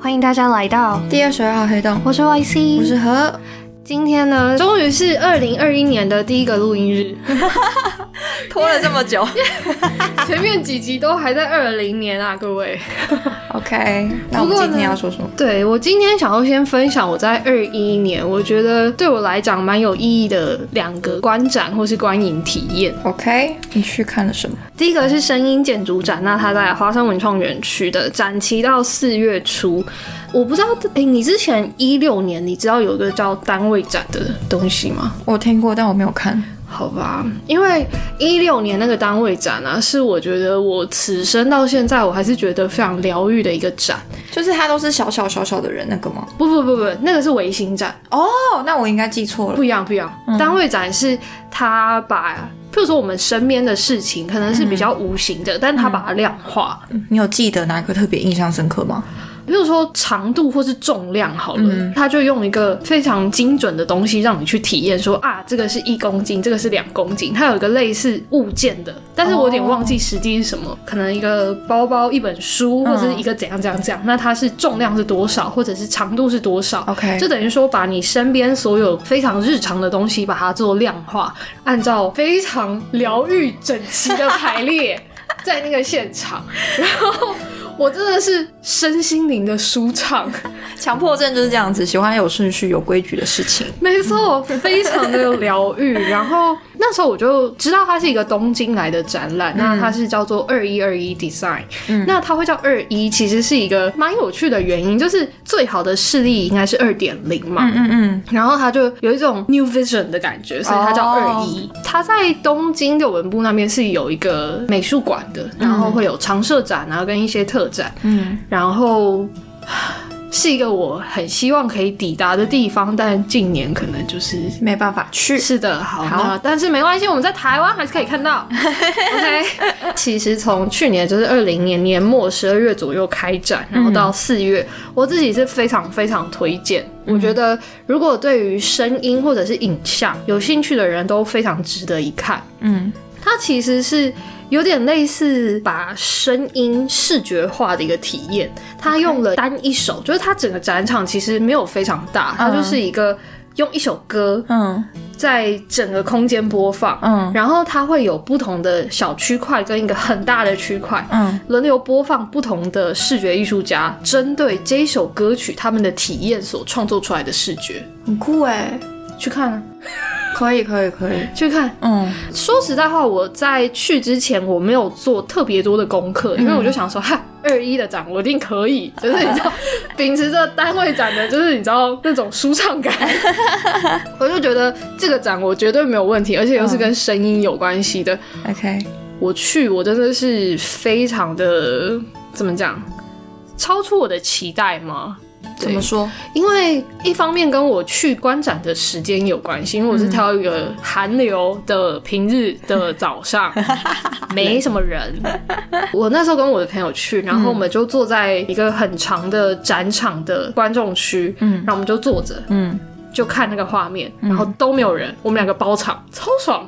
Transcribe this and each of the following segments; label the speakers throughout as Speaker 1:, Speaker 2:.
Speaker 1: 欢迎大家来到，
Speaker 2: 第二十二号黑洞，
Speaker 1: 我是 YC，
Speaker 2: 我是何，
Speaker 1: 今天呢，终于是二零二一年的第一个录音日，
Speaker 2: 拖了这么久。
Speaker 1: 前面几集都还在二零年啊，各位。
Speaker 2: OK，那我
Speaker 1: 不
Speaker 2: 们
Speaker 1: 过
Speaker 2: 今
Speaker 1: 呢
Speaker 2: 天要说什么？
Speaker 1: 对我今天想要先分享我在二一年，我觉得对我来讲蛮有意义的两个观展或是观影体验。
Speaker 2: OK，你去看了什么？
Speaker 1: 第一个是声音建筑展，那它在华山文创园区的展期到四月初。我不知道，哎、你之前一六年你知道有一个叫单位展的东西吗？
Speaker 2: 我听过，但我没有看。
Speaker 1: 好吧，因为一六年那个单位展啊，是我觉得我此生到现在我还是觉得非常疗愈的一个展。
Speaker 2: 就是他都是小小小小的人那个吗？
Speaker 1: 不不不不，那个是维新展，
Speaker 2: 哦，那我应该记错了
Speaker 1: 不。一样不一样。单位展是他把，譬如说我们身边的事情可能是比较无形的，但他把它量化。
Speaker 2: 你有记得哪个特别印象深刻吗？
Speaker 1: 比如说长度或是重量好了，他就用一个非常精准的东西让你去体验说，啊，这个是一公斤，这个是两公斤，它有一个类似物件的，但是我有点忘记实际是什么，可能一个包包、一本书或者是一个怎样怎样怎样，那它是重量是多少，或者是长度是多少
Speaker 2: OK
Speaker 1: 就等于说把你身边所有非常日常的东西把它做量化，按照非常疗愈整齐的排列。在那个现场，然后我真的是身心灵的舒畅，
Speaker 2: 强迫症就是这样子，喜欢有顺序、有规矩的事情。
Speaker 1: 没错，非常的疗愈。然后那时候我就知道它是一个东京来的展览，那它是叫做二一二一 Design。那
Speaker 2: 嗯
Speaker 1: 它会叫二一，其实是一个蛮有趣的原因，就是最好的视力应该是二点零嘛。
Speaker 2: 嗯嗯，哦
Speaker 1: 然后它就有一种 new vision 的感觉，所以它叫二一、它在东京六本木那边是有一个美术馆的，然后会有常设展啊，跟一些特展。
Speaker 2: 嗯，
Speaker 1: 然后唉是一个我很希望可以抵达的地方，但近年可能就是。
Speaker 2: 没办法去。
Speaker 1: 是的，好，
Speaker 2: 好
Speaker 1: 那但是没关系，我们在台湾还是可以看 到。OK，其实从去年就是二零年年末十二月左右开展，然后
Speaker 2: 嗯
Speaker 1: 到四月，我自己是非常非常推荐。
Speaker 2: 嗯
Speaker 1: 我觉得如果对于声音或者是影像有兴趣的人都非常值得一看。
Speaker 2: 嗯，
Speaker 1: 它其实是有点类似把声音视觉化的一个体验，它用了单一首，就是它整个展场其实没有非常大，它就是一个用一首歌
Speaker 2: 嗯
Speaker 1: 在整个空间播放，
Speaker 2: 嗯
Speaker 1: 然后它会有不同的小区块跟一个很大的区块。
Speaker 2: 嗯，
Speaker 1: 轮流播放不同的视觉艺术家针对这一首歌曲他们的体验所创作出来的视觉，
Speaker 2: 很酷哎，
Speaker 1: 去看啊，
Speaker 2: 可以可以可以。
Speaker 1: 去看，
Speaker 2: 嗯，
Speaker 1: 说实在话，我在去之前我没有做特别多的功课，因为我就想说，哈，二一的展我一定可以，就是你知道，秉持着单位展的，就是你知道那种舒畅感，我就觉得这个展我绝对没有问题，而且又是跟声音有关系的。
Speaker 2: OK，
Speaker 1: 我去，我真的是非常的怎么讲，超出我的期待吗？
Speaker 2: 怎么说？
Speaker 1: 因为一方面跟我去观展的时间有关系，因为我是挑一个寒流的平日的早上，没什么人。我那时候跟我的朋友去，然后我们就坐在一个很长的展场的观众区，嗯，然后我们就坐着，
Speaker 2: 嗯，
Speaker 1: 就看那个画面，然后都没有人，我们两个包场，超爽。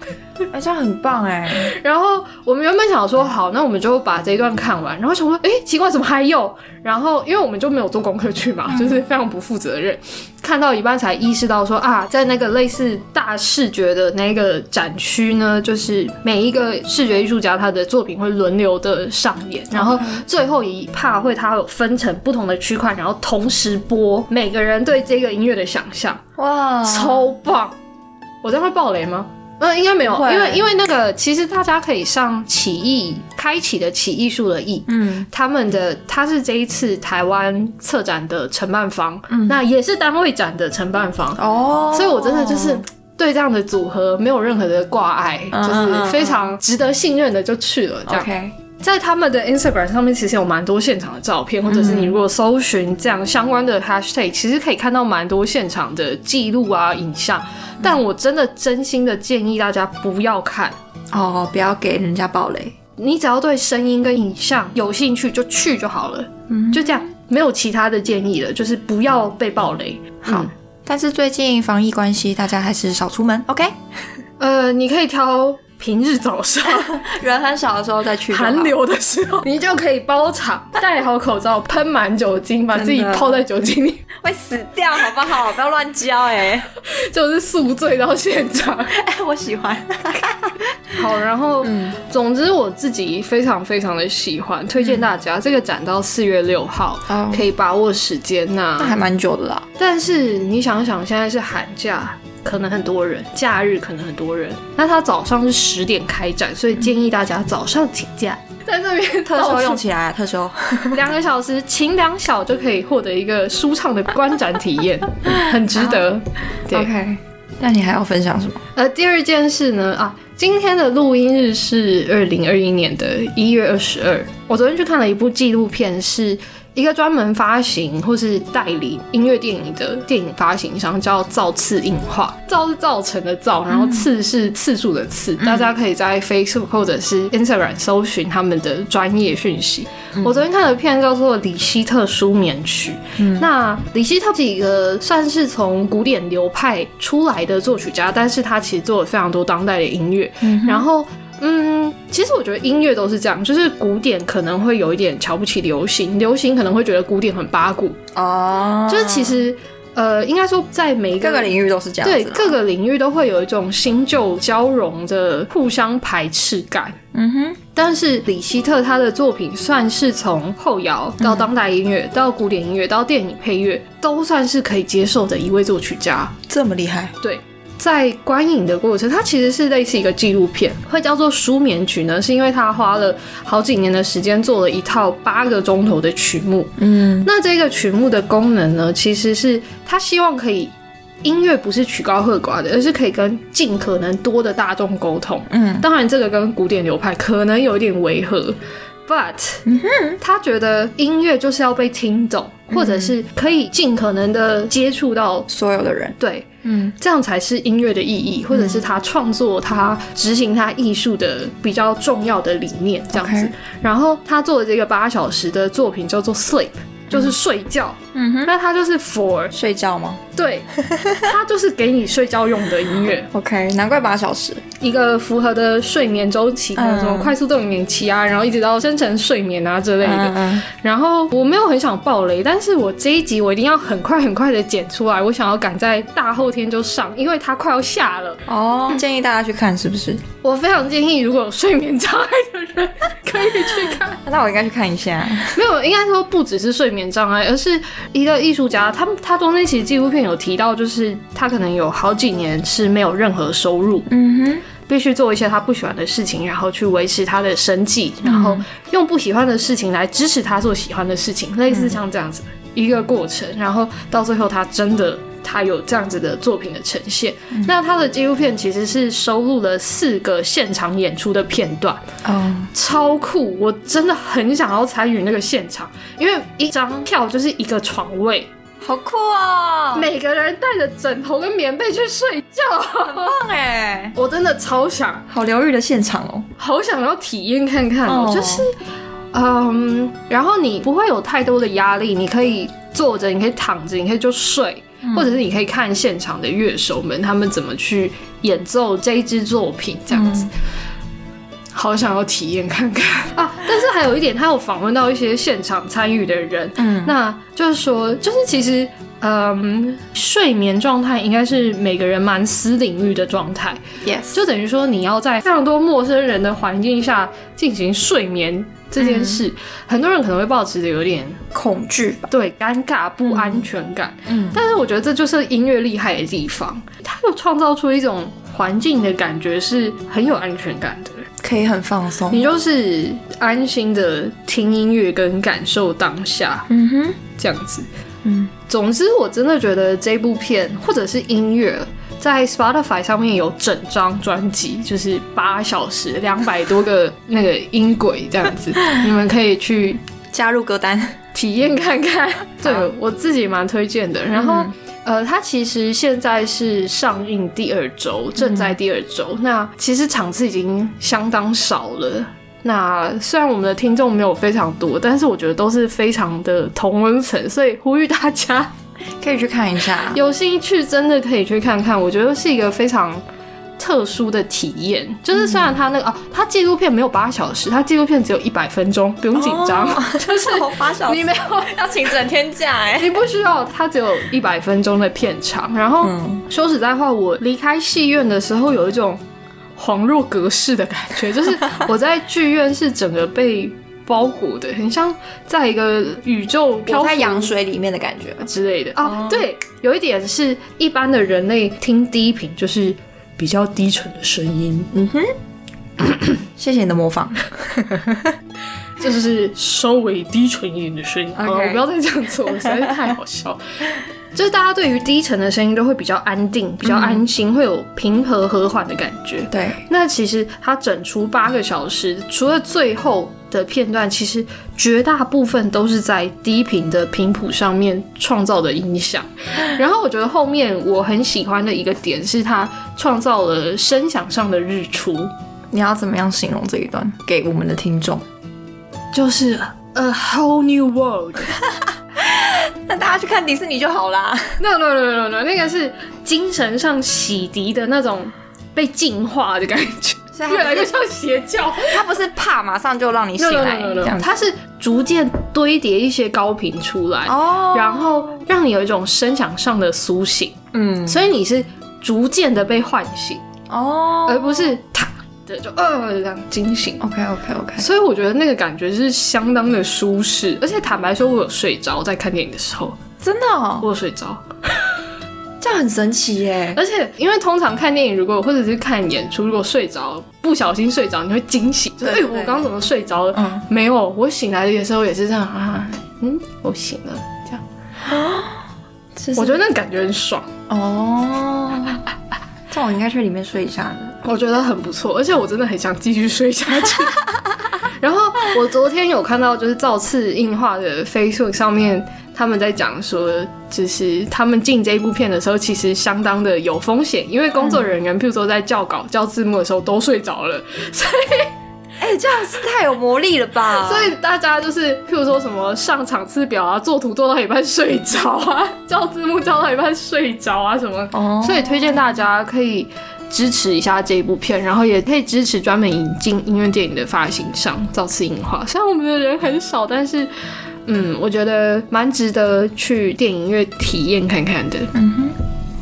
Speaker 2: 哎，这样很棒哎。
Speaker 1: 然后我们原本想说，好，那我们就把这一段看完。然后想说，诶，奇怪，怎么还有？然后因为我们就没有做功课去嘛，就是非常不负责任。看到一半才意识到说啊，在那个类似大视觉的那个展区呢，就是每一个视觉艺术家他的作品会轮流的上演，然后最后一帕会它有分成不同的区块，然后同时播每个人对这个音乐的想象。
Speaker 2: 哇，
Speaker 1: 超棒！我这样会爆雷吗？嗯，应该没有，
Speaker 2: 不会
Speaker 1: 因为因为那个其实大家可以上起义开启的起艺术的艺，
Speaker 2: 嗯，
Speaker 1: 他们的他是这一次台湾策展的承办方，那也是单位展的承办方，
Speaker 2: 嗯哦，
Speaker 1: 所以我真的就是。对这样的组合没有任何的挂碍，
Speaker 2: 嗯
Speaker 1: 就是非常值得信任的就去了。这样，
Speaker 2: OK，
Speaker 1: 在他们的 Instagram 上面，其实有蛮多现场的照片，或者是你如果搜寻这样相关的 hashtag，其实可以看到蛮多现场的记录啊、影像。但我真的真心的建议大家不要看，
Speaker 2: 哦，不要给人家暴雷。
Speaker 1: 你只要对声音跟影像有兴趣就去就好了，就这样，没有其他的建议了，就是不要被暴雷。
Speaker 2: 好，但是最近防疫关系，大家还是少出门。OK，
Speaker 1: 呃，你可以挑平日早上
Speaker 2: 人很少的时候再去就好，
Speaker 1: 寒流的时候， 你就可以包场，戴好口罩，喷满酒精，把自己
Speaker 2: 真的
Speaker 1: 泡在酒精里，
Speaker 2: 会死掉，好不好？不要乱教哎、
Speaker 1: 就是宿醉到现场。
Speaker 2: 哎、 我喜欢，
Speaker 1: 好，然后、总之我自己非常非常的喜欢，推荐大家、这个展到四月六号，
Speaker 2: 哦
Speaker 1: 可以把握时间呐、
Speaker 2: 那还蛮久的啦。
Speaker 1: 但是你想想，现在是寒假，可能很多人，假日可能很多人。那他早上是十点开展，所以建议大家早上请假，在这边
Speaker 2: 特
Speaker 1: 到
Speaker 2: 休
Speaker 1: 处
Speaker 2: 用起来，特休。
Speaker 1: 两个小时，请两小就可以获得一个舒畅的观展体验，很值得。对，
Speaker 2: OK，那你还要分享什么？
Speaker 1: 呃，第二件事呢，啊，今天的录音日是二零二一年的一月二十二。我昨天去看了一部纪录片，是一个专门发行或是代理音乐电影的电影发行商，叫造次映画。造是造成的造，然后次是次数的次。大家可以在 Facebook 或者是 Instagram 搜寻他们的专业讯息。我昨天看的片叫做《李希特舒眠曲》。那李希特是一个呃算是从古典流派出来的作曲家，但是他其实做了非常多当代的音乐。然后，嗯，其实我觉得音乐都是这样，就是古典可能会有一点瞧不起流行，流行可能会觉得古典很八股，
Speaker 2: 哦，
Speaker 1: 就是其实。呃，应该说，在每一
Speaker 2: 各
Speaker 1: 个
Speaker 2: 个领域都是这样
Speaker 1: 对
Speaker 2: 子啦。
Speaker 1: 各个领域都会有一种新旧交融的互相排斥感。
Speaker 2: 嗯哼，
Speaker 1: 但是李希特他的作品算是从后摇到当代音乐、到古典音乐到电影配乐都算是可以接受的一位作曲家。
Speaker 2: 这么厉害，
Speaker 1: 对，在观影的过程，它其实是类似一个纪录片，会叫做《舒眠曲》呢，是因为他花了好几年的时间做了一套八个钟头的曲目。
Speaker 2: 嗯
Speaker 1: 那这个曲目的功能呢，其实是他希望可以。音乐不是曲高和寡的，而是可以跟尽可能多的大众沟通。
Speaker 2: 嗯，
Speaker 1: 当然，这个跟古典流派可能有一点违和，but、他
Speaker 2: 嗯
Speaker 1: 觉得音乐就是要被听懂，或者是可以尽可能的接触到，
Speaker 2: 所有的人，
Speaker 1: 对，
Speaker 2: 嗯
Speaker 1: 这样才是音乐的意义，或者是他创作、他执行他艺术的比较重要的理念，这样子
Speaker 2: OK。
Speaker 1: 然后他做的这个八小时的作品叫做《Sleep》，就是睡觉。
Speaker 2: 嗯哼，
Speaker 1: 那他就是 for
Speaker 2: 睡觉吗
Speaker 1: 对，他就是给你睡觉用的音乐。
Speaker 2: ？OK，难怪八小时。
Speaker 1: 一个符合的睡眠周期，可能什么
Speaker 2: 嗯
Speaker 1: 快速动眼期啊，然后一直到深层睡眠啊之类的。
Speaker 2: 嗯
Speaker 1: 然后我没有很想爆雷，但是我这一集我一定要很快很快的剪出来，我想要赶在大后天就上，因为它快要下了。
Speaker 2: 哦，建议大家去看是不是？
Speaker 1: 我非常建议，如果有睡眠障碍的人可以去看。
Speaker 2: 那我应该去看一下。
Speaker 1: 没有，应该说不只是睡眠障碍，而是一个艺术家，他们他中间其实纪录片有提到，就是他可能有好几年是没有任何收入，
Speaker 2: 嗯哼，
Speaker 1: 必须做一些他不喜欢的事情，然后去维持他的生计，然
Speaker 2: 嗯
Speaker 1: 后用不喜欢的事情来支持他做喜欢的事情，类似像这样子一个过程，然后到最后他真的。他有这样子的作品的呈现，
Speaker 2: 嗯
Speaker 1: 那他的纪录片其实是收录了四个现场演出的片段，
Speaker 2: 哦，
Speaker 1: 超酷！我真的很想要参与那个现场，因为一张票就是一个床位，
Speaker 2: 好酷哦，
Speaker 1: 每个人带着枕头跟棉被去睡觉，
Speaker 2: 很棒哎，
Speaker 1: 我真的超想。
Speaker 2: 好疗愈的现场哦。
Speaker 1: 好想要体验看看、哦，
Speaker 2: 哦
Speaker 1: 就是，嗯，然后你不会有太多的压力，你可以坐着，你可以躺着，你可以就睡，或者是你可以看现场的乐手们他们怎么去演奏这一支作品，这样子。好想要体验看看 啊！但是还有一点，他有访问到一些现场参与的人，
Speaker 2: 嗯，
Speaker 1: 那就是说，就是其实，嗯，睡眠状态应该是每个人蛮私领域的状态，
Speaker 2: yes，
Speaker 1: 就等于说你要在非常多陌生人的环境下进行睡眠这件事，很多人可能会抱持着有点
Speaker 2: 恐惧吧。
Speaker 1: 对尴尬、不安全感。
Speaker 2: 嗯，
Speaker 1: 但是我觉得这就是音乐厉害的地方，它又创造出一种环境的感觉是很有安全感的，
Speaker 2: 可以很放松。
Speaker 1: 你就是安心的听音乐跟感受当下
Speaker 2: 嗯哼，
Speaker 1: 这样子。
Speaker 2: 嗯，
Speaker 1: 总之，我真的觉得这部片或者是音乐，在 Spotify 上面有整张专辑，就是八小时、两百多个那个音轨这样子， 你们可以去
Speaker 2: 加入歌单。
Speaker 1: 体验看看。对我自己蛮推荐的。然后，呃，它其实现在是上映第二周，正在第二周。那其实场次已经相当少了。那虽然我们的听众没有非常多，但是我觉得都是非常的同温层，所以呼吁大家。
Speaker 2: 可以去看一下。
Speaker 1: 有兴趣真的可以去看看，我觉得是一个非常特殊的体验，就是虽然他那个哦，他纪录片没有八小时，他纪录片只有一百分钟，不用紧
Speaker 2: 哦
Speaker 1: 张，
Speaker 2: 就是我发 小
Speaker 1: 你没有
Speaker 2: 要请整天假哎、
Speaker 1: 你不需要，它只有一百分钟的片长。然后、说实在话，我离开戏院的时候有一种恍若隔世的感觉，就是我在剧院是整个被包裹的，很像在一个宇宙漂
Speaker 2: 漂
Speaker 1: 浮
Speaker 2: 在羊水里面的感觉。
Speaker 1: 之类的啊。对，有一点是一般的人类听低频就是比较低沉的声音，
Speaker 2: 谢谢你的模仿，
Speaker 1: 这就是稍微低沉一点的声音。啊
Speaker 2: OK
Speaker 1: 我不要再这样做，了，实在是太好笑了。就是大家对于低沉的声音都会比较安定、比较安心，会有平和和缓的感觉。
Speaker 2: 对，
Speaker 1: 那其实它整出八个小时，除了最后的片段，其实绝大部分都是在低频的频谱上面创造的音响。然后我觉得后面我很喜欢的一个点是，它创造了声响上的日出。
Speaker 2: 你要怎么样形容这一段给我们的听众？
Speaker 1: 就是 a whole new world。
Speaker 2: 那大家去看迪士尼就好啦。
Speaker 1: no no no no no，那个是精神上洗涤的那种被净化的感觉
Speaker 2: 所以它，不是
Speaker 1: 越来越像邪教。
Speaker 2: 他不是怕马上就让你
Speaker 1: no
Speaker 2: 醒
Speaker 1: no
Speaker 2: 来
Speaker 1: no no
Speaker 2: 这
Speaker 1: no，
Speaker 2: 样子
Speaker 1: 它是逐渐堆叠一些高频出来，
Speaker 2: 哦
Speaker 1: 然后让你有一种声响上的苏醒，
Speaker 2: 嗯
Speaker 1: 所以你是逐渐的被唤醒，
Speaker 2: 哦
Speaker 1: 而不是啪的就呃这样惊醒。
Speaker 2: OK OK OK，
Speaker 1: 所以我觉得那个感觉是相当的舒适，而且坦白说，我有睡着在看电影的时候，
Speaker 2: 真的、哦，
Speaker 1: 我有睡着。
Speaker 2: 这样很神奇耶。
Speaker 1: 而且，因为通常看电影，如果或者是看演出，如果睡着不小心睡着，你会惊醒，就是哎、
Speaker 2: 对
Speaker 1: 我刚刚怎么睡着了？
Speaker 2: 嗯
Speaker 1: 没有，我醒来的时候也是这样啊，嗯，我醒了，这样，
Speaker 2: 是
Speaker 1: 我觉得那感觉很爽，
Speaker 2: 哦，这种应该去里面睡一下的。
Speaker 1: 我觉得很不错，而且我真的很想继续睡下 去。然后我昨天有看到，就是造次映画的 Facebook 上面，他们在讲说，就是他们进这部片的时候，其实相当的有风险，因为工作人
Speaker 2: 嗯
Speaker 1: 员，譬如说在校稿、校字幕的时候都睡着了，
Speaker 2: 哎、这样是太有魔力了吧？
Speaker 1: 所以大家就是，譬如说什么上场次表啊，做图做到一半睡着啊，教字幕教到一半睡着啊什么。
Speaker 2: 哦，
Speaker 1: 所以推荐大家可以支持一下这一部片，然后也可以支持专门引进音乐电影的发行商造次映画。虽然我们的人很少，但是嗯，我觉得蛮值得去电影院体验看看的。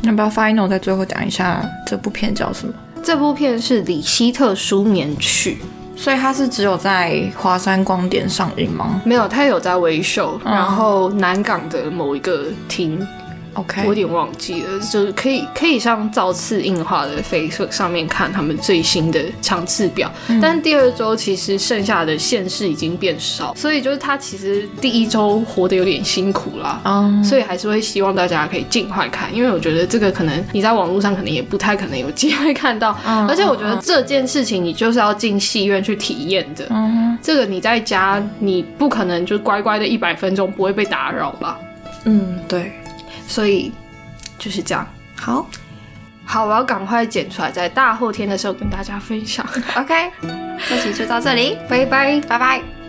Speaker 2: 那不要 final 在最后讲一下这部片叫什么？
Speaker 1: 这部片是李希特《舒眠曲》。
Speaker 2: 所以它是只有在华山光点上映吗
Speaker 1: 没有，它有在微秀，然后南港的某一个厅我有
Speaker 2: ？OK，
Speaker 1: 点忘记了，就是可以可以上造次映画的 Facebook 上面看他们最新的场次表，
Speaker 2: 嗯
Speaker 1: 但第二周其实剩下的县市已经变少，所以就是他其实第一周活得有点辛苦啦。
Speaker 2: 嗯，
Speaker 1: 所以还是会希望大家可以尽快看，因为我觉得这个可能你在网络上可能也不太可能有机会看到，
Speaker 2: 嗯
Speaker 1: 而且我觉得这件事情你就是要进戏院去体验的，
Speaker 2: 嗯
Speaker 1: 这个你在家你不可能就乖乖的一百分钟不会被打扰吧，
Speaker 2: 嗯，对，
Speaker 1: 所以就是这样。
Speaker 2: 好
Speaker 1: 好，我要赶快剪出来，在大后天的时候跟大家分享。
Speaker 2: ，OK，这集就到这里，
Speaker 1: 拜拜。
Speaker 2: 拜拜。